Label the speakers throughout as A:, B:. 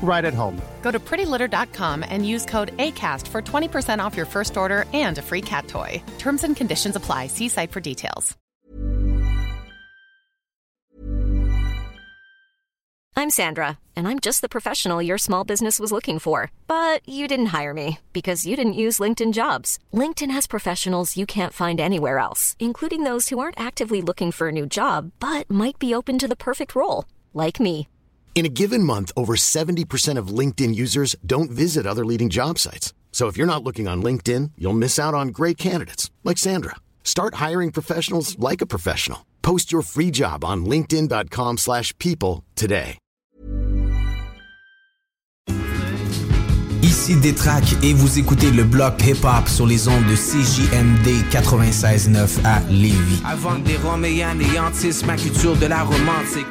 A: right at home.
B: Go to prettylitter.com and use code ACAST for 20% off your first order and a free cat toy. Terms and conditions apply. See site for details.
C: I'm Sandra, and I'm just the professional your small business was looking for. But you didn't hire me because you didn't use LinkedIn jobs. LinkedIn has professionals you can't find anywhere else, including those who aren't actively looking for a new job but might be open to the perfect role, like me.
D: In a given month, over 70% of LinkedIn users don't visit other leading job sites. So if you're not looking on LinkedIn, you'll miss out on great candidates like Sandra. Start hiring professionals like a professional. Post your free job on linkedin.com/people slash people today.
E: Ici Détrac et vous écoutez le bloc hip-hop sur les ondes de CJMD 96.9 à Lévis.
F: Avant que des Roméens anéantissent ma culture de la romantique.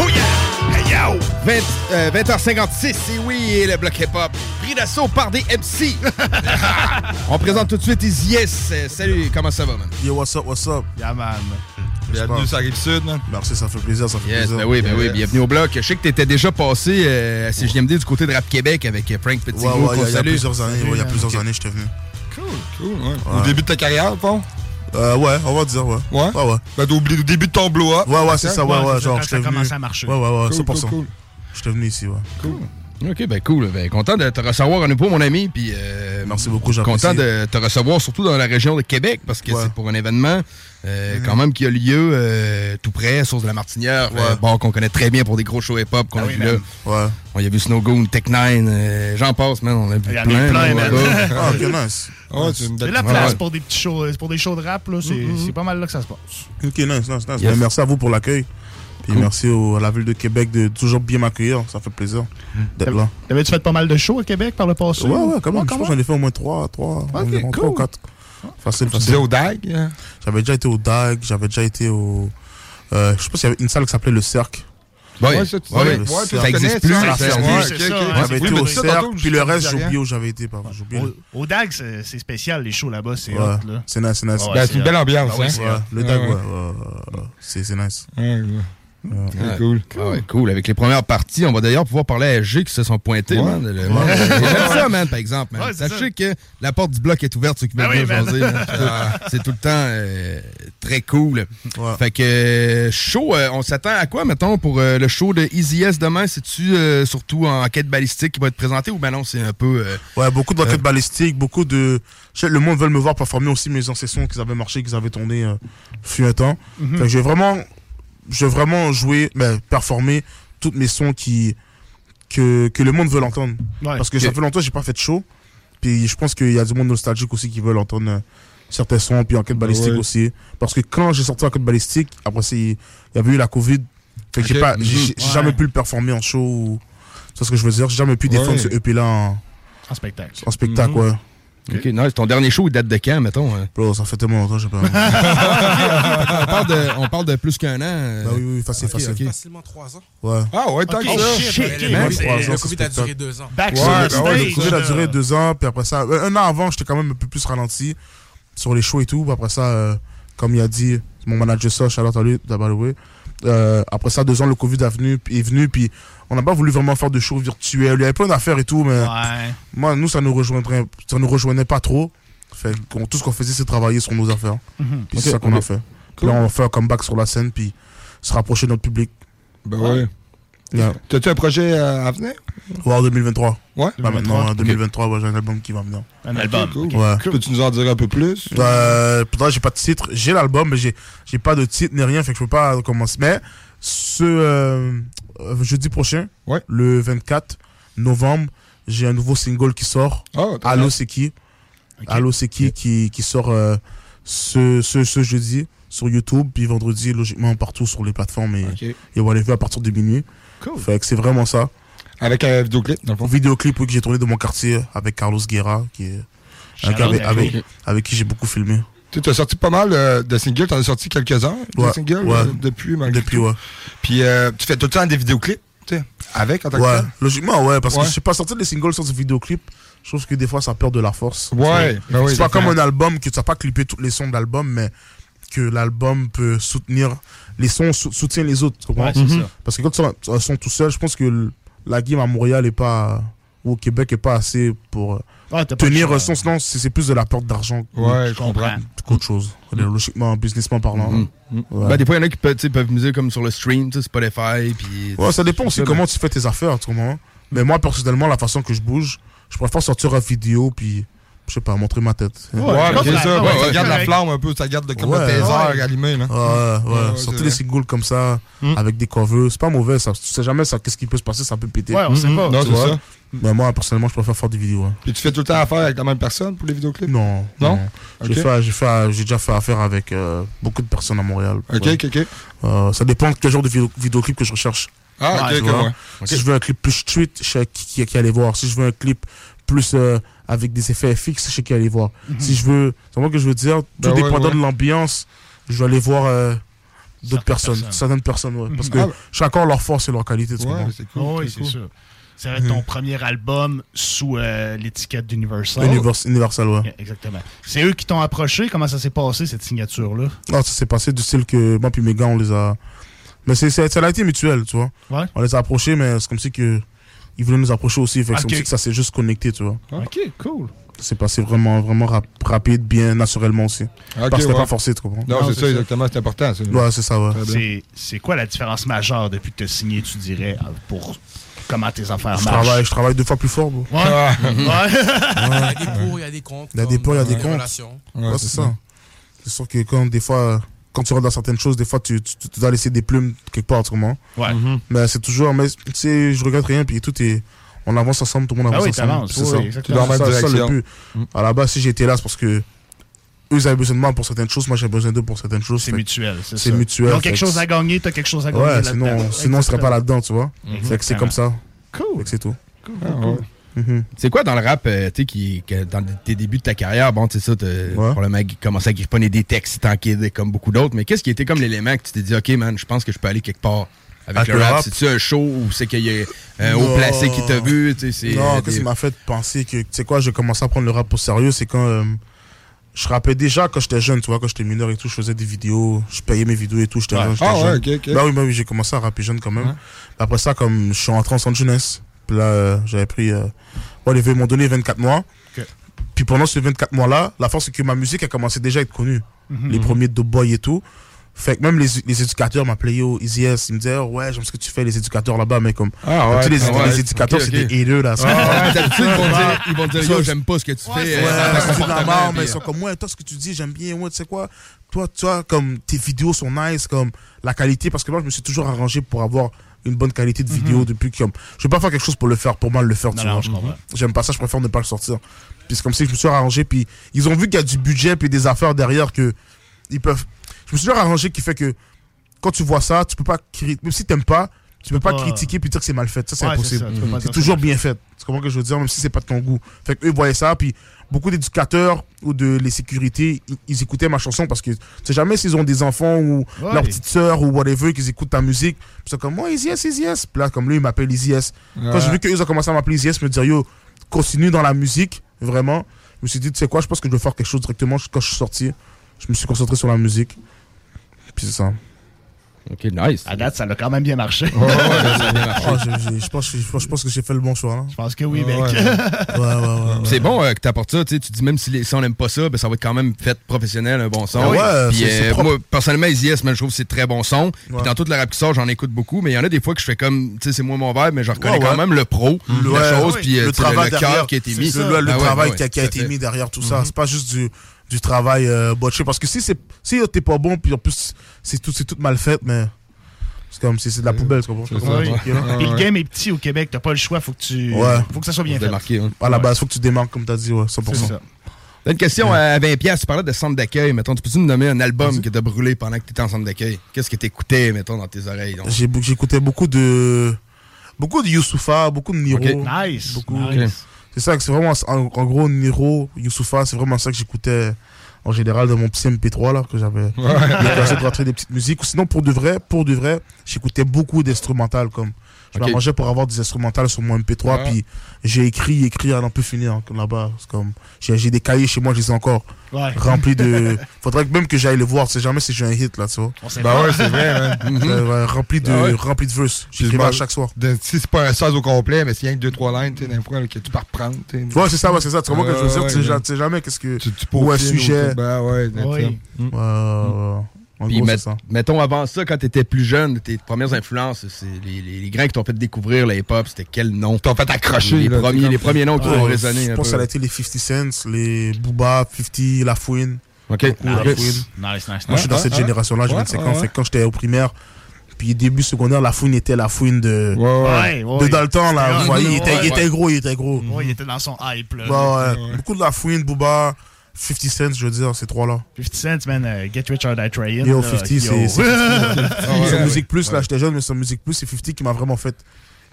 G: Oh yeah! Hey yo! 20, euh, 20h56, et oui, et le bloc hip-hop pris d'assaut par des MC. On présente tout de suite Easy Yes. Euh, Salut, comment ça va, man?
H: Yo, what's up, what's up?
G: Yeah, man.
H: Bienvenue sur
G: la Rive-Sud, man.
H: Merci, ça fait plaisir, ça fait
G: Yes,
H: plaisir.
G: ben oui, ben oui, bienvenue au bloc. Je sais que t'étais déjà passé euh, à CGMD du côté de Rap Québec avec euh, Frank Petit
H: Ouais, ouais, il y a- il y a plusieurs années, ouais, il y a plusieurs années, j'étais venu.
G: Cool, cool, ouais.
H: Ouais.
I: début de ta carrière, Paul?
H: Euh, ouais, on va dire, ouais. Ah,
I: Ouais?
H: Ouais, ouais.
I: Ben, au bl- début de ton blow-up.
H: Ouais, ouais, c'est ça, ouais, ouais, genre,
J: quand
H: j'étais
J: ça
H: venu.
J: commence à marcher.
H: Ouais, ouais, ouais,
G: Cool,
H: 100%.
G: cool, cool.
H: J'étais venu ici, ouais.
G: OK, ben cool. Ben, content de te recevoir à nouveau, mon ami. Puis, euh,
H: Merci beaucoup, j'apprécie.
G: content de te recevoir surtout dans la région de Québec parce que
H: Ouais.
G: c'est pour un événement euh,
J: Mm-hmm.
G: quand même qui a lieu euh, tout près, source de la Martinière, euh, bar qu'on connaît très bien pour des gros shows hip-hop
J: Ah
G: qu'on a vu là.
H: Ouais.
G: On y a vu Snow Goon, Tech Nine, euh, j'en passe, man. On a vu
J: Il y en a
G: plein.
J: eu plein,
G: là,
J: man.
G: là-bas.
H: Ah, ok, nice.
I: Ouais, tu me
J: C'est
I: donnes-
J: la
G: Ouais,
J: place
G: ouais.
J: pour des petits shows, euh, pour des shows de rap, là, c'est
H: Mm-hmm.
J: c'est pas mal là que ça se passe.
H: Ok, nice, nice, nice. Ben, merci à vous pour l'accueil. Puis merci au- à la ville de Québec de toujours bien m'accueillir. Ça fait plaisir d'être là.
J: T'avais-tu fait pas mal de shows à Québec par le passé?
H: Ouais, ouais, quand même. Je
J: quand
H: pense que j'en ai fait au moins 3, 3, environ 3 ou
I: cool.
H: 4. Facile,
I: Tu disais
H: facile.
I: au DAG? hein?
H: J'avais déjà été au DAG, j'avais déjà été au. euh, je pense qu'il y avait une salle qui s'appelait Le Cercle.
G: Ouais,
I: Ouais, ça, tu
G: ouais,
I: disais.
G: ouais.
H: ouais,
I: Ouais, tu
G: ça
I: le connais,
G: existe plus, Ah,
I: ça,
G: ça,
I: la
G: c'est-
I: ferme.
G: ouais,
I: Ok,
J: c'est
I: ok.
J: ça, hein.
I: Ouais,
H: J'avais
I: oui,
H: été
I: mais
H: au
I: ça,
H: cercle,
I: tantôt,
H: puis le
I: je-
H: reste,
I: j'ai
H: j'ai
I: rien.
H: oublié où j'avais été. pardon, j'ai oublié.
J: Au, au DAG, c'est c'est spécial, les shows là-bas, Oh, c'est
H: Ouais,
J: hot, là.
H: C'est nice, c'est nice.
J: Ouais,
I: Ben, c'est une belle ambiance, hein?
H: Ouais, le dag,
I: Ouais, ouais.
H: ouais. ouais, ouais, C'est c'est nice.
I: Ouais, ouais.
G: Ouais.
I: C'est cool.
G: Ah ouais, cool. Avec les premières parties, on va d'ailleurs pouvoir parler à G qui se sont pointés.
I: Ouais.
G: man. Le- le- J'aime ça, man, par exemple. man.
J: Ouais, c'est
G: Sachez que la porte du bloc est ouverte, ceux qui veulent
J: Ben oui,
G: venir
J: man.
G: jaser, man. Ah, C'est tout le temps euh, très cool.
H: Ouais.
G: Fait que euh, show, euh, on s'attend à quoi, mettons, pour euh, le show de Easy S demain? C'est-tu euh, surtout en quête balistique qui va être présenté ou ben non, c'est un peu... euh,
H: Ouais, beaucoup d'enquêtes balistiques, beaucoup de. Je sais, le monde veut me voir performer aussi mes anciens qu'ils avaient marché, qu'ils avaient tourné euh, fut un temps. Fait que j'ai vraiment. J'ai vraiment joué, ben, performer toutes mes sons qui. Que, que le monde veut l'entendre.
J: Ouais.
H: Parce que ça
G: Ok.
H: fait longtemps que j'ai pas fait de show. Puis je pense qu'il y a du monde nostalgique aussi qui veulent entendre euh, certains sons, puis enquête balistique
I: ouais.
H: aussi. Parce que quand j'ai sorti enquête balistique, après, c'est- il y avait eu la Covid. Fait que j'ai
G: Ok.
H: pas-
G: Mhm.
H: j'ai j'ai
J: Ouais.
H: jamais pu le performer en show. Ou... C'est ce que je veux dire. J'ai jamais pu
I: Ouais.
H: défendre ce EP-là en,
J: En spectacle.
H: en spectacle,
J: Mhm.
H: ouais.
G: OK, nice. Ton dernier show, il date de quand, mettons? hein?
H: Bro, ça fait tellement longtemps, j'ai pas.
J: Ah.
G: on, parle de, on parle de plus qu'un an. euh,
J: Ben
H: bah oui, oui, facile,
G: Ok,
H: facile.
G: ok.
K: Facilement 3 ans.
H: Ouais.
I: Ah ouais, tant que
J: Oh,
I: ça.
J: shit, ok,
G: Ben
H: man,
J: c'est-
H: trois ans.
K: Le
H: c'est
K: Covid a
H: spectacle.
K: duré 2 ans.
J: Back
I: Ouais,
J: to the
I: ben ouais,
J: stage,
H: Le Covid a
J: là.
H: duré deux ans, puis après ça, euh, un an avant, j'étais quand même un peu plus ralenti sur les shows et tout. Puis après ça, euh, comme il a dit, mon manager ça, Charlotte à lui, d'abord, oui. Euh, après ça, deux ans, le Covid a venu, puis- est venu, puis on n'a pas voulu vraiment faire de shows virtuels. Il y avait plein d'affaires et tout, mais
J: Ouais.
H: moi, nous, ça nous rejoindrait, ça nous rejoignait pas trop. Fait qu'on- tout ce qu'on faisait, c'est travailler sur nos affaires.
I: Mhm.
H: Puis
I: Ok,
H: c'est ça qu'on a
I: ok.
H: fait.
I: Cool.
H: Là, on fait un comeback sur la scène, puis se rapprocher de notre public.
I: Ben ouais.
H: Yeah.
I: T'as-tu un projet euh, à venir?
H: Ouais, en 2023.
I: Ouais.
H: Bah, maintenant, en
I: Ok.
H: 2023, ouais, j'ai un album qui va venir.
I: Un album, Cool. ok.
H: Ouais.
I: Cool. Peux-tu nous en dire un peu plus
H: euh, Pourtant, j'ai pas de titre. J'ai l'album, mais j'ai, j'ai pas de titre ni rien, fait que je peux pas commencer. Mais ce euh, euh, jeudi prochain, le 24 novembre, j'ai un nouveau single qui sort.
I: Oh,
H: Allô, c'est qui Allô, c'est qui qui, qui sort euh, ce, ce, ce jeudi sur YouTube, puis vendredi, logiquement, partout sur les plateformes. Et, et on va les voir à partir de minuit. Fait que c'est vraiment ça.
I: Avec un vidéoclip, dans le fond.
H: Vidéoclip oui, que j'ai tourné dans mon quartier avec Carlos Guerra, qui est un
I: Shout
H: gars
I: out
H: avec,
I: à lui.
H: avec- avec qui j'ai beaucoup filmé.
I: Tu as sorti pas mal euh, de singles, t'en as sorti quelques-uns de
H: Ouais,
I: singles
H: ouais.
I: euh, depuis malgré
H: Depuis,
I: tout.
H: ouais.
I: Puis euh, tu fais tout le temps des vidéoclips, tu sais, avec en tant
H: Ouais,
I: que tel.
H: logiquement, ouais, parce
I: Ouais.
H: que je sais pas, sortir des singles sans des vidéoclips, je trouve que des fois ça perd de la force.
I: Ouais,
H: C'est-
I: ben oui,
H: C'est pas comme
I: exactement.
H: un album que tu n'as pas clippé tous les sons de l'album, mais que l'album peut soutenir. Les sons sou- soutiennent les autres. tu comprends?
G: Ouais, c'est Mhm. ça.
H: Parce que quand tu as un son tout seul, je pense que l- la game à Montréal est pas. ou au Québec est pas assez pour euh,
J: Ah,
L: Ouais, t'as pas le
H: tenir
L: choix.
H: un son. Sinon, c'est c'est plus de la porte d'argent. que-
I: Ouais, je comprends.
H: Qu'autre chose.
L: Mhm.
H: Logiquement, businessment parlant. Ouais.
G: Ben, des fois, il y en a qui peuvent, tu sais, peuvent miser comme sur le stream, tu sais, Spotify. Puis,
H: Ouais, ça dépend aussi
G: mais-
H: comment tu fais tes affaires, tu comprends? hein. Mais moi, personnellement, la façon que je bouge, je préfère sortir en vidéo, puis, je sais pas, montrer ma tête.
I: Ouais, mais c'est ça, ouais, ça garde la flamme un peu, ça garde le- comme le taser allumé. Là.
H: Ouais, ouais.
I: Mmh. ouais, c'est
H: Sortez
I: vrai.
H: les
I: Mmh.
H: singles comme ça, avec des covers. C'est pas mauvais, ça. Tu sais jamais ça, qu'est-ce qui peut se passer, ça peut péter.
I: Ouais, on sait Mhm. pas. Non,
H: Tu
I: c'est
H: vois?
I: ça.
H: Mais moi, personnellement, je préfère faire des vidéos. hein.
I: Puis tu fais tout le temps affaire avec la même personne pour les vidéoclips
H: Non.
I: Non
H: J'ai
I: Ok.
H: fait- j'ai fait- j'ai déjà fait affaire avec euh, beaucoup de personnes à Montréal.
I: Ok,
H: Ouais.
I: ok, ok.
H: Euh, ça dépend de quel genre de vidéo- vidéoclip que je recherche.
I: Ah, ok,
H: Tu
I: ok,
H: vois?
I: ouais.
H: hein. Si
I: Ok.
H: je veux un clip plus street, je sais qui, qui, qui aller voir. Si je veux un clip plus euh, avec des effets fixes, je sais qui aller voir. Si je veux. C'est moi que je veux dire, tout
I: Ben ouais,
H: dépendant
I: ouais.
H: de l'ambiance, je vais aller voir euh, d'autres personnes, certaines personnes. ouais. Parce que
J: Ah, bah.
H: chacun a leur force et leur qualité. tu comprends?
J: Oh, oui, c'est sûr. Ça va être ton
H: Mhm.
J: premier album sous euh, l'étiquette d'Universal.
H: Univers- Universal, ouais.
J: Yeah, Exactement. C'est eux qui t'ont approché. Comment ça s'est passé, cette signature-là?
H: Non, Ah, ça s'est passé du style que moi puis mes gars, on les a. Mais c'est, c'est- ça a été mutuel, tu vois.
J: Ouais.
H: On les a approchés, mais c'est comme si que ils voulaient nous approcher aussi. Fait que c'est
J: Ok.
H: comme si que ça s'est juste connecté, tu vois.
J: OK, cool.
H: C'est passé vraiment, vraiment rap- rapide, bien naturellement aussi.
J: Ah,
I: Ok,
H: Parce que c'était
I: ouais.
H: pas forcé, tu comprends.
I: Non, c'est ça, exactement, c'est important.
H: Ouais, c'est ça, ouais.
J: C'est- C'est quoi la différence majeure depuis que tu as signé, tu dirais, euh, pour comment tes affaires
H: Je
J: marchent?
H: travaille, je travaille deux fois plus fort, bro.
J: Ouais.
H: Ah.
J: Ouais.
H: Il y
J: a
M: des pour, il y a des contre,
H: Il y a des
M: comme
H: pour, il y a
M: dans
H: des
M: les
H: contre.
M: relations.
H: Ouais,
M: Ouais,
H: c'est
M: c'est
H: ça.
M: ça.
H: C'est sûr que quand des fois, quand tu rentres dans certaines choses, des fois tu, tu, tu dois laisser des plumes quelque part autrement.
J: Ouais.
H: Mais c'est toujours, mais tu sais, je regrette rien, puis tout est. On avance ensemble, tout le monde
J: Ah
H: avance
J: oui,
H: ensemble.
J: t'avances,
H: C'est
J: oui,
H: ça.
J: exactement.
H: C'est ça,
J: Dans la
H: c'est ça le
J: direction. Mm.
H: but. À la base, si j'étais là, c'est parce que eux, ils avaient besoin de moi pour certaines choses, moi j'avais besoin d'eux pour certaines choses.
J: C'est
H: Fait que
J: mutuel, c'est ça.
H: C'est mutuel.
J: Ils ont
H: fait
J: quelque
H: que
J: chose à gagner, t'as quelque chose à gagner
H: Ouais,
J: là-dedans.
H: sinon, sinon on serait pas là-dedans, tu vois.
G: Exactement.
H: Fait que c'est comme ça.
J: Mm-hmm. Cool.
H: Fait que c'est tout.
G: C'est quoi dans le rap, euh, tu sais, qui, que dans tes débuts de ta carrière, bon, tu sais ça, t'as probablement gui- commencé à griffonner des textes tant qu'il comme beaucoup d'autres, mais qu'est-ce qui était comme l'élément que tu t'es dit, OK, man, je pense que je peux aller quelque part avec
H: Avec
G: le,
H: le
G: rap?
H: rap?
G: C'est-tu un show ou c'est qu'il y a un haut
H: Non.
G: placé qui t'a vu, tu sais, c'est...
H: Non,
G: euh,
H: qu'est-ce
G: des-
H: qui m'a fait penser que, tu sais quoi, j'ai commencé à prendre le rap au sérieux, c'est quand euh, je rappais déjà quand j'étais jeune, tu vois, quand j'étais mineur et tout, je faisais des vidéos, je payais mes vidéos et tout, j'étais
I: Ouais.
H: j'étais
I: Ah
H: jeune.
I: ouais, ok, ok.
H: Bah oui, bah oui, j'ai commencé à rapper jeune quand même. Après ça, comme je suis rentré en centre jeunesse, puis là, euh, j'avais pris. Euh, bon, les ils m'ont donné 24 mois.
J: Ok.
H: Puis pendant ces 24 mois-là, la force, c'est que ma musique a commencé déjà à être connue.
J: Mhm.
H: Les premiers Dope Boy et tout. Fait que même les, les éducateurs m'appelaient au Easy S. Ils me disaient, Oh, ouais, j'aime ce que tu fais, les éducateurs là-bas, mais comme.
G: Ah ouais,
H: Tous les,
G: ah ouais.
H: les éducateurs,
G: Ok,
H: c'est
G: ok.
H: des haineux, là.
G: Ah ouais, d'habitude, ils vont dire- ils vont dire, Yo, j'aime pas ce que tu fais,
H: Ouais, c'est-
G: euh,
H: ouais,
G: dans ta
H: c'est de la
G: comportement,
H: mort,
G: puis,
H: mais ils
G: euh.
H: sont comme, ouais, toi, ce que tu dis, j'aime bien, ouais, tu sais quoi. Toi, toi, comme tes vidéos sont nice, comme la qualité, parce que moi, je me suis toujours arrangé pour avoir une bonne qualité de vidéo depuis que comme, je vais pas faire quelque chose pour le faire, pour mal le faire,
J: Mhm. Non,
H: tu
J: non,
H: vois.
J: je comprends.
H: J'aime pas ça, je préfère ne pas le sortir. Puis c'est comme si je me suis arrangé, puis ils ont vu qu'il y a du budget, puis des affaires derrière que ils peuvent. Je me suis toujours arrangé qui fait que quand tu vois ça, tu peux pas critiquer, même si t'aimes pas, tu peux pas
J: pas-
H: critiquer puis dire que c'est mal fait. Ça, c'est
J: Ouais, c'est
H: impossible.
J: ça, tu peux pas
H: C'est
J: dire
H: toujours bien fait. Tu comprends ce que je veux dire, même si c'est pas de ton goût. Fait que eux voyaient ça, puis beaucoup d'éducateurs ou de les sécurités, ils, ils écoutaient ma chanson parce que tu sais jamais s'ils ont des enfants ou
J: Ouais.
H: leur petite sœur ou whatever, qu'ils écoutent ta musique. Puis c'est comme, moi, Easy S, Easy S. Puis là, comme lui, il m'appelle Easy S. Quand
I: Ouais.
H: j'ai vu qu'ils ont commencé à m'appeler Easy S, je me dire, yo, continue dans la musique, vraiment. Je me suis dit, tu sais quoi, je pense que je vais faire quelque chose directement quand je suis sorti. Je me suis concentré sur la musique. Puis c'est ça.
G: Ok, nice.
J: À date, ça l'a quand même bien marché.
H: Ah, j'ai- j'ai- je, pense, je pense- je pense que j'ai fait le bon choix. Je
J: pense que oui, mec.
G: Ouais, ouais.
H: ouais,
G: Puis C'est bon euh, que t'apportes ça, tu sais, tu dis même si, les, si on n'aime pas ça, ben, ça va être quand même fait professionnel, un bon son.
H: Ah ouais,
G: Puis,
H: c'est- c'est
G: euh,
H: propre.
G: moi, personnellement, Easy S, man, je trouve que c'est très bon son.
H: Ouais.
G: Puis dans toute la rap qui sort, j'en écoute beaucoup, mais il y en a des fois que je fais comme, tu sais, c'est moi mon verbe, mais je reconnais
H: Ouais, ouais.
G: quand même le pro,
H: Le-
G: la
H: ouais,
G: chose,
H: oui.
G: puis euh,
H: le
G: tu sais, le,
H: travail
G: le
H: derrière,
G: cœur qui a été
H: c'est
G: mis.
H: ça, Le, le
G: Ah ouais,
H: travail
G: ouais,
H: qui a, qui a
G: tout à
H: été
G: fait. Mhm.
H: mis derrière tout ça. C'est pas juste du, du travail euh, botché. Parce que si, c'est- si euh, t'es pas bon, puis en plus, c'est tout, c'est tout mal fait, mais c'est comme si c'est
G: Euh,
H: de la poubelle, tu comprends? Je comprends
J: Ouais.
H: le truc, you know?
J: Puis le game est petit au Québec, t'as pas le choix, faut que tu.
H: Ouais.
J: Faut que ça soit bien fait.
G: hein.
H: À la base, faut que tu démarques, comme t'as dit, ouais, 100%.
J: C'est ça.
G: T'as Une question à 20$, piastres, tu parlais de centre d'accueil, mettons, tu peux-tu me nommer un album que t'as brûlé pendant que t'étais en centre d'accueil? Qu'est-ce que t'écoutais, mettons, dans tes oreilles? donc?
H: J'ai bou- J'écoutais beaucoup de. Beaucoup de Youssoufa, beaucoup de Niro.
G: Ok. Nice,
H: Beaucoup.
G: nice.
H: C'est ça que c'est vraiment. En, en gros, Niro, Youssoufa, c'est vraiment ça que j'écoutais en général dans mon petit MP3 là, que j'avais. Les cassettes pour rentrer des petites musiques. Ou sinon, pour de vrai, pour de vrai, j'écoutais beaucoup d'instrumentales comme. Je
G: Ok.
H: m'arrangeais pour avoir des instrumentales sur mon MP3,
G: Ah.
H: puis j'ai écrit, écrit à n'en plus finir hein, là-bas. C'est comme j'ai j'ai des cahiers chez moi, je les ai encore
J: Ouais.
H: remplis de. Faudrait que même que j'aille les voir, c'est jamais si j'ai un hit là, tu vois.
J: On sait
I: Ben
J: Bah pas. ouais, c'est vrai, hein.
G: Mhm.
H: Euh, ouais, rempli de
I: Ah ouais.
H: rempli de verse.
I: Puis je
H: J'écrivais à
I: m'en-
H: chaque soir.
I: de- si c'est pas un 16 au complet, mais s'il y a que 2-3 lines, tu sais, d'un fois, que tu peux reprendre. tu sais.
H: Ouais, c'est ça, ouais, c'est ça. Tu comprends ce que je veux dire?
I: Ouais,
H: Tu sais
I: ouais,
H: ja-
I: ouais.
H: tu sais jamais qu'est-ce que.
I: Tu- tu
H: Ou un
I: peaufines, ou
H: sujet.
I: tu- ben ouais, net,
H: Ouais,
I: ça.
H: ouais,
J: Mm.
H: ouais. En
G: Puis
H: gros,
G: met-
H: c'est ça.
G: mettons avant ça, quand t'étais plus jeune, tes premières influences, c'est les, les, les grands qui t'ont fait découvrir le hip-hop, c'était quel nom T'ont fait
I: accrocher,
G: Les,
I: là,
G: premiers,
I: c'est
G: les
I: comme-
G: premiers noms qui
H: Ouais,
G: ont résonné.
H: Je
G: un
H: pense
G: peu.
H: que ça a été les 50 Cents, les Booba, 50, La Fouine.
G: Ok.
H: Beaucoup, La
G: Nice.
H: Fouine.
J: Nice, nice, nice. Ah,
H: Moi, je suis dans
J: Ouais,
H: cette
J: ouais,
H: génération-là, j'ai
J: ouais,
H: 25 ans.
J: ouais, ouais.
H: Fait que quand j'étais au primaire, puis début secondaire, La Fouine était La Fouine de.
J: Ouais, ouais.
H: De Dalton, là.
J: C'était
H: Vous
J: un
H: voyez,
J: gros,
H: il était- il
J: ouais.
H: était gros, il était gros.
J: Ouais, il était dans son hype, là.
H: Bah ouais. Beaucoup de La Fouine, Booba, 50 Cents, je veux dire, ces trois-là.
J: 50 Cent, man, euh, Get Rich or Die Trying.
H: Yo,
J: là,
H: 50, c'est-
J: yo.
H: c'est.
I: Ah,
H: Son
J: Ouais.
H: musique plus, là, j'étais jeune, mais son musique plus, c'est 50 qui m'a vraiment fait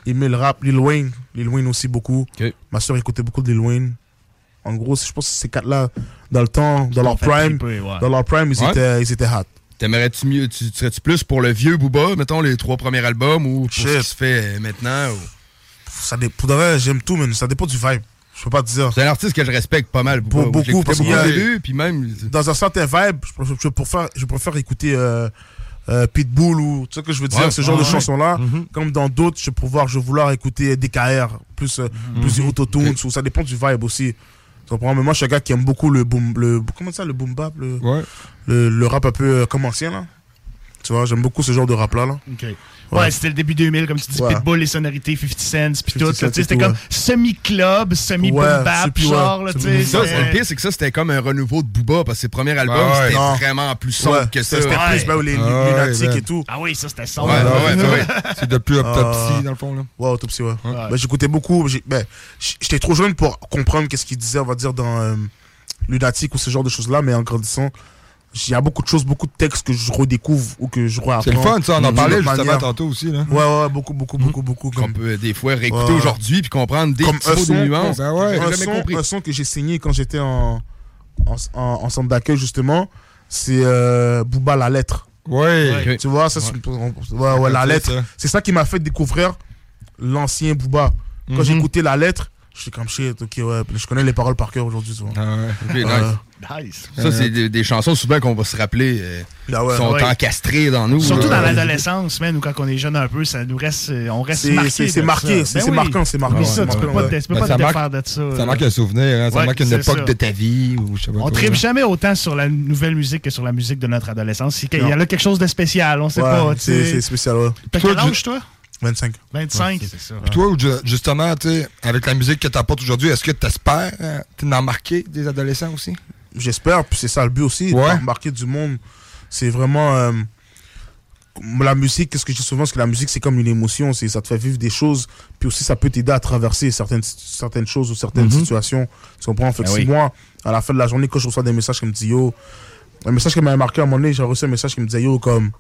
H: aimer le rap. Lil Wayne, Lil Wayne aussi beaucoup. Ma soeur écoutait beaucoup de Lil Wayne. En gros, je pense que ces quatre-là, dans le temps, dans leur
G: fait
H: prime,
G: triper, ouais.
H: dans leur prime, ils
G: Ouais.
H: étaient, ils étaient hot.
G: T'aimerais-tu mieux, tu tu serais-tu plus pour le vieux Booba, mettons les trois premiers albums, ou pour ce
H: Shit.
G: qui se fait euh, maintenant ou...
H: Ça dé- Pour de vrai, j'aime tout, mais ça dépend du vibe. Je peux pas te dire.
G: C'est un artiste que je respecte pas mal, Booba.
H: Pour
G: Je
H: beaucoup,
G: l'écoutais
H: parce qu'il
G: beaucoup
H: y a-
G: au début, puis même.
H: Dans un certain vibe, je préfère, je préfère, je préfère écouter euh, euh, Pitbull ou tu sais ce que je veux dire,
G: Ouais.
H: ce genre
G: Ah
H: de
G: ouais.
H: chansons-là. Comme dans d'autres, je vais pouvoir, je vais vouloir écouter DKR, plus, euh,
G: Mm-hmm.
H: plus du autotune, ou ça dépend du vibe aussi. Tu comprends? Mais moi, je suis un gars qui aime beaucoup le boom, le, comment ça, le boom bap, le, le, le rap un peu euh, comme ancien, là. Tu vois, j'aime beaucoup ce genre de rap-là, là.
J: Ok. Ouais,
H: Ouais.
J: c'était le début 2000, comme tu dis,
H: Ouais.
J: Pitbull, les sonorités, 50 Cent, puis
H: 50
J: tout.
H: Cent
J: là, tu sais,
H: et
J: C'était
H: tout,
J: comme
H: ouais.
J: semi-club, semi-boom-bap, genre, là, tu sais.
G: Ça, c'est- le
J: c'est-
G: pire, c'est que ça, c'était comme un renouveau de Booba, parce que ses premiers albums,
H: ouais.
G: c'était
H: Non.
G: vraiment plus sombre
H: Ouais,
G: que ça.
H: c'était plus, ben, les- les Ah ouais, lunatiques man. et tout.
J: Ah oui, ça, c'était
H: Ouais,
J: sombre.
H: ouais,
J: là.
H: ouais.
I: C'est de plus autopsie,
H: Ah.
I: dans le fond, là.
H: Ouais, autopsie, ouais. Ben, J'écoutais beaucoup. j'ai- ben, j- J'étais trop jeune pour comprendre qu'est-ce qu'il disait, on va dire, dans euh, Lunatic ou ce genre de choses-là, mais en grandissant, il y a beaucoup de choses, beaucoup de textes que je redécouvre ou que je reapprends.
I: C'est le fun, ça, on en
H: d'une
I: parlait
H: autre
I: justement
H: manière.
I: tantôt aussi, là.
H: Ouais, ouais, ouais, beaucoup, beaucoup, beaucoup, beaucoup.
G: Qu'on
H: Comme,
G: peut euh, des fois réécouter
H: Ouais.
G: aujourd'hui, puis comprendre des
H: comme
G: petits mots de nuances.
I: Ben
H: un,
G: J'ai
H: un
G: jamais
H: son-
G: compris.
H: un son que j'ai saigné quand j'étais en, en, en- en centre d'accueil, justement, c'est euh, Booba La Lettre.
I: Ouais.
H: Tu vois, ça, c'est- on- ouais, ouais, la
I: C'est
H: lettre.
I: ça.
H: C'est ça qui m'a fait découvrir l'ancien Booba. Quand
I: Mhm.
H: j'écoutais la lettre, je suis comme shit, ok, ouais, je connais les paroles par cœur aujourd'hui. tu vois.
I: Ah
G: Ok, Ah, nice.
H: Euh,
J: Nice.
G: Ça, c'est des, des chansons souvent qu'on va se rappeler, euh,
H: Ah ouais.
G: qui sont
H: Ouais.
G: encastrées dans nous. euh,
J: Surtout
G: là.
J: dans l'adolescence, man, ou quand on est jeune un peu, ça nous reste, euh, on reste
H: C'est-
J: marqué.
H: c'est- c'est
J: de
H: marqué,
J: ça.
H: c'est-
J: Ben
H: c'est
J: oui.
H: marquant, c'est marquant,
J: C'est
H: c'est
J: ça, tu peux
H: marquant,
J: pas te
H: ouais.
J: tu peux
I: Ben,
J: pas te
I: ça marque-
J: défaire de ça.
I: Ça
J: là.
I: marque un souvenir, hein, ça
J: Ouais,
I: marque une
J: c'est
I: époque
J: ça.
I: de ta vie. Ou je sais pas hein.
J: On
I: quoi,
J: tripe
I: là.
J: jamais autant sur la nouvelle musique que sur la musique de notre adolescence. C'est qu'il y en a
H: Non.
J: quelque chose de spécial, on sait
H: Ouais,
J: pas. tu
H: c'est
J: sais.
H: c'est spécial, ouais.
J: T'as quel âge, toi
H: 25.
J: 25. c'est ça.
I: Puis toi, ou ju- justement, tu sais, avec la musique que t'apportes aujourd'hui, est-ce que t'espères euh, d'en marquer des adolescents aussi?
H: J'espère, puis c'est ça le but aussi,
I: Ouais.
H: de marquer du monde. C'est vraiment. euh, la musique, qu'est-ce que je dis souvent, c'est que la musique, c'est comme une émotion, c'est ça te fait vivre des choses, puis aussi ça peut t'aider à traverser certaines, certaines choses ou certaines
I: Mhm.
H: situations. Tu comprends? Fait que
J: Ben
H: si
J: oui.
H: moi, à la fin de la journée, quand je reçois des messages qui me disent yo, un message qui m'avait marqué à un moment donné, j'ai reçu un message qui me disait yo, comme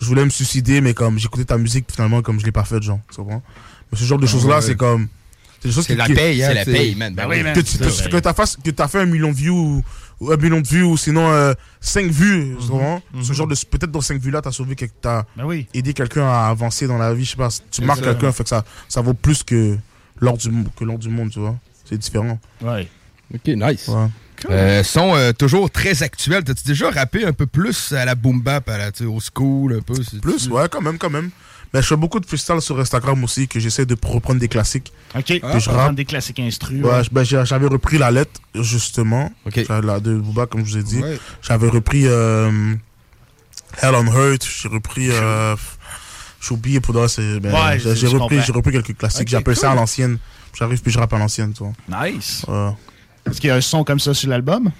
H: je voulais me suicider, mais comme j'écoutais ta musique, puis finalement, comme je l'ai pas fait, genre, tu comprends? Mais ce genre de
G: Ah,
H: choses-là,
G: ouais.
H: c'est comme. C'est des choses
G: C'est
H: qui-
G: la
H: qui-
G: paye, hein, C'est la c'est- paye, man. Ben oui, man.
H: Que tu-
G: C'est
H: que-
G: ça.
H: que t'as fait, que t'as fait un million de vues ou, ou un million de vues ou sinon euh, cinq vues, tu comprends? Ce genre de, peut-être dans cinq vues là, t'as sauvé quelque, t'as
J: Ben
H: aidé quelqu'un à avancer dans la vie, je sais pas. Tu
J: Bah C'est
H: marques
J: ça.
H: quelqu'un, fait que ça, ça vaut plus que l'or du, mo- que l'or du monde, tu vois. C'est différent.
J: Ouais.
G: Ok, nice.
H: Ouais.
G: Euh, sont euh, toujours très actuels. T'as-tu déjà rappé un peu plus à la boom bap, à la, tu sais, au school, un peu?
H: Plus, ouais, quand même, quand même. Mais je fais beaucoup de freestyle sur Instagram aussi, que j'essaie de reprendre des classiques.
J: Ok,
H: Que je
J: ah, on va prendre
H: rappe.
J: des classiques instru.
H: Ouais, ben, j'ai- j'avais repris la lettre, justement. J'avais La de Booba, comme je vous ai dit. J'avais repris euh, Hell on Hurt. J'ai repris. euh, j'ai oublié pour de vrai, c'est. ben,
J: Ouais,
H: j'ai-
J: je-
H: j'ai
J: je
H: repris,
J: comprends.
H: j'ai repris quelques classiques.
J: Ok,
H: J'appelle ça à
J: cool.
H: l'ancienne. J'arrive puis je rappe à l'ancienne, tu vois.
J: hein. Nice.
H: Ouais.
J: Est-ce qu'il y a un son comme ça sur l'album?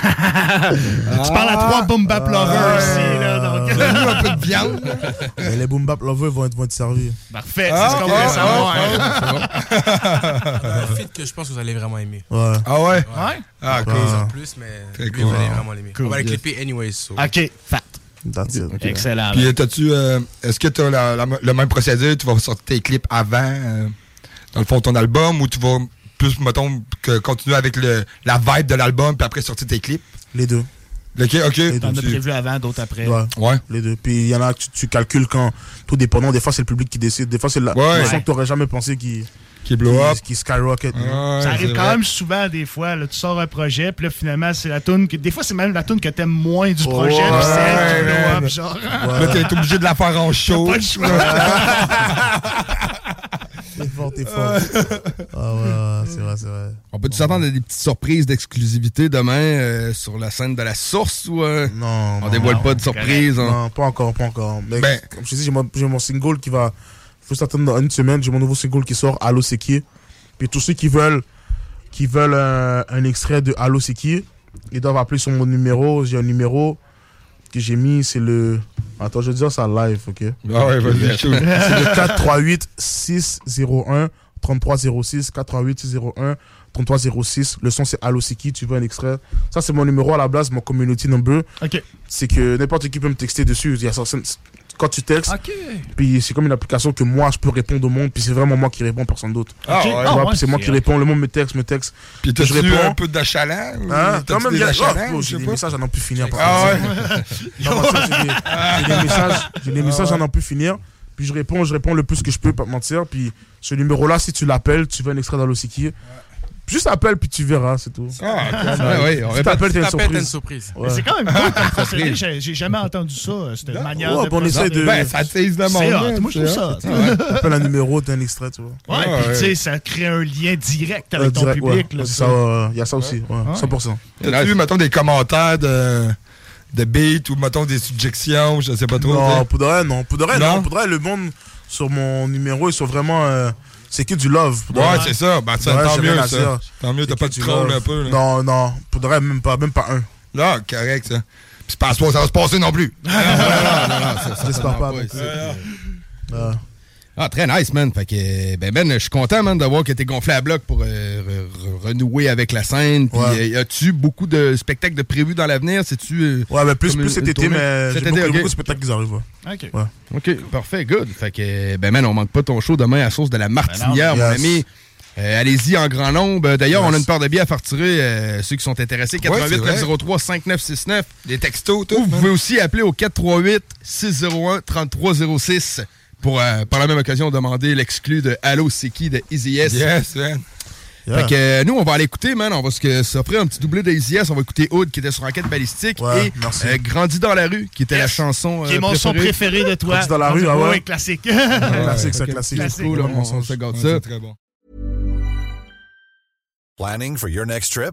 J: tu parles à
I: Ah.
J: trois boom bap lovers ici, là, donc...
H: un peu de viande. Mais les boom bap lovers vont être, vont être servis.
J: Parfait, c'est
G: Ah,
J: ce qu'on
I: Ah,
J: voulait savoir. hein.
M: un feat que je pense que vous allez vraiment aimer.
H: Ouais.
I: Ah ouais?
M: Ah,
I: Ah,
M: cool.
I: cool.
M: en plus, mais
I: Très
M: vous
I: cool.
M: allez vraiment l'aimer.
I: Cool.
M: On va la
I: Yes.
M: clipper anyways. so-
J: fat.
H: That's it.
I: Ok.
J: Excellent,
I: Puis
J: là.
I: euh, t'as-tu, euh, est-ce que tu as le même procédé? Tu vas sortir tes clips avant, euh, dans le fond, ton album, ou tu vas plus, mettons, que continuer avec le, la vibe de l'album, puis après sortir tes clips?
H: Les deux.
I: Ok, ok.
J: T'en as
I: Tu-
J: prévu avant, d'autres après.
H: Ouais. Les deux. Puis il y en a que tu, tu calcules quand, tout dépendant, des fois c'est le public qui décide, des fois c'est la
I: Ouais.
H: le son
I: Ouais.
H: que t'aurais jamais pensé qui,
I: qui blow up.
H: qui skyrocket.
J: Mmh, Ça arrive quand même souvent des fois, là, tu sors un projet, puis là finalement c'est la toune que. Des fois c'est même la toune que t'aimes moins du projet,
I: Ouais,
J: puis c'est elle qui blow
I: man.
J: up, genre.
I: Là, t'es obligé de la faire en show.
J: pas le choix.
H: T'es fort, t'es fort. ah ouais, ouais, c'est vrai, c'est vrai.
G: On peut-tu s'attendre à des petites surprises d'exclusivité demain euh, sur la scène de la source ou euh, on dévoile pas de surprise? hein?
H: Non, pas encore, pas encore. Mais
G: Ben.
H: comme je te dis, j'ai mon, j'ai mon single qui va. Faut s'attendre dans une semaine, j'ai mon nouveau single qui sort, Allo c'est qui. Puis tous ceux qui veulent, qui veulent un, un extrait de Allo c'est qui, ils doivent appeler sur mon numéro. J'ai un numéro que j'ai mis, c'est le. Attends, je vais dire ça live, ok?
G: hein?
I: Ah ouais, vas-y,
H: C'est
I: shoot.
H: le 438 601 3306 438 601 3306. Le son c'est Allo c'est qui, tu veux un extrait. Ça c'est mon numéro à la base, mon community number.
J: Ok.
H: C'est que n'importe qui peut me texter dessus. Il y a ça- quand tu textes,
J: Ok.
H: puis c'est comme une application que moi je peux répondre au monde, puis c'est vraiment moi qui réponds, personne d'autre.
I: Ah,
H: Tu
I: ouais.
H: vois,
I: Ah, ouais,
H: puis c'est moi
I: c'est
H: qui
I: vrai.
H: réponds, le monde me texte, me texte.
I: Puis
H: je
I: t'as-tu
H: réponds.
I: un peu d'achalant? ou
H: Hein, quand
I: t'as-tu
H: même,
I: des
H: il y a
I: achalants,
H: oh,
I: je
H: j'ai
I: sais
H: des
I: pas?
H: messages à n'en plus finir. par
I: Ah
H: contre.
I: ouais?
H: Non, mais ça, j'ai des- j'ai des messages, j'ai des
I: Ah
H: messages à
I: ouais.
H: n'en plus finir. Puis je réponds, je réponds le plus que je peux, pas te mentir. Puis ce numéro-là, si tu l'appelles, tu veux un extrait d'Allosiki. Juste appelle, puis tu verras, c'est tout.
I: Ah, ouais,
H: Ça arrive.
I: ouais, on
H: Si
I: répète.
H: t'appelles, t'as une
I: Si t'appelles,
H: surprise.
I: t'as une surprise.
H: Ouais.
J: Mais c'est quand même cool comme procédé,
H: Surprise.
J: j'ai j'ai jamais entendu ça, euh, cette manière
H: Ouais,
J: de.
H: bon, on essaie de. Ben,
I: Ben,
J: procéder. C'est hot, moi je trouve ça.
H: Ouais. Appelle un numéro, t'as un extrait, tu vois.
J: Ouais, puis tu sais, ça crée un lien direct avec
H: Euh,
J: ton
H: direct,
J: public.
H: ouais.
J: là,
H: C'est
J: tu
H: ça,
J: sais.
H: ouais, il y a ça aussi, ouais, 100%.
I: T'as-tu, eu, mettons, des commentaires de, de beat ou, mettons, des suggestions? Je sais pas trop.
H: Non,
I: t'sais.
H: pour de vrai, non. Pour de vrai, non.
I: Non?
H: Pour de vrai, le monde sur mon numéro, ils sont vraiment. euh, c'est que du love. pour de
I: Ouais,
H: vrai.
I: c'est ça. Ben,
H: Pour
I: ça,
H: de vrai,
I: tant
H: j'ai
I: mieux,
H: rien à
I: ça.
H: dire.
I: Tant mieux,
H: C'est
I: t'as
H: que
I: pas de
H: du
I: troll
H: love.
I: un peu, là.
H: Non, non. Pour de vrai, même pas, même pas un.
I: Là, correct, ça. Puis c'est pas à soi, ça va se passer non plus. Non, non, non, non, ça- ça-
H: J'espère pas.
G: Ouais,
H: mais- Ouais.
G: Ah, très nice, man. Fait que, euh, ben, ben, je suis content, man, de voir que t'es gonflé à bloc pour euh, re- re- renouer avec la scène. Puis,
H: Ouais.
G: euh, as-tu beaucoup de spectacles de prévus dans l'avenir? C'est-tu. euh,
H: Ouais, mais plus,
G: comme
H: plus
G: une-
H: cet
G: une
H: été,
G: tournée?
H: mais j'ai
G: Cet
H: beaucoup,
G: été, ok.
H: beaucoup de spectacles qui arrivent. ouais.
J: Ok.
H: Ouais.
G: OK, parfait, good. Fait que, euh, ben, man, on manque pas ton show demain à sauce de la martinière,
H: Ben non.
G: mon
H: Yes.
G: ami. Euh, Allez-y en grand nombre. D'ailleurs,
H: Yes.
G: on a une part de billets à faire tirer euh, ceux qui sont intéressés.
I: Ouais, c'est
G: 88
I: vrai.
G: 903 5969.
I: Des textos, tout.
G: Ou vous pouvez aussi appeler au 438 601 3306 pour, euh, par la même occasion, demander l'exclu de Allo C'est qui de Easy Yes.
I: Yes, man.
G: Fait que euh, nous, on va aller écouter, man. On va se que- s'offrir un petit doublé de Easy Yes. On va écouter Hood qui était sur Enquête Balistique
H: Ouais,
G: et
H: merci.
G: euh, Grandi dans la rue qui était la chanson.
J: Qui est
G: euh,
J: mon son préféré de toi.
G: Grandi dans la rue, ah ouais.
J: Oui, classique.
G: Ouais,
H: Classique, ça,
G: ok.
H: classique.
G: Classique.
H: Cool,
G: Ouais,
H: on s'en
G: on se garde ça.
N: Planning for your next trip?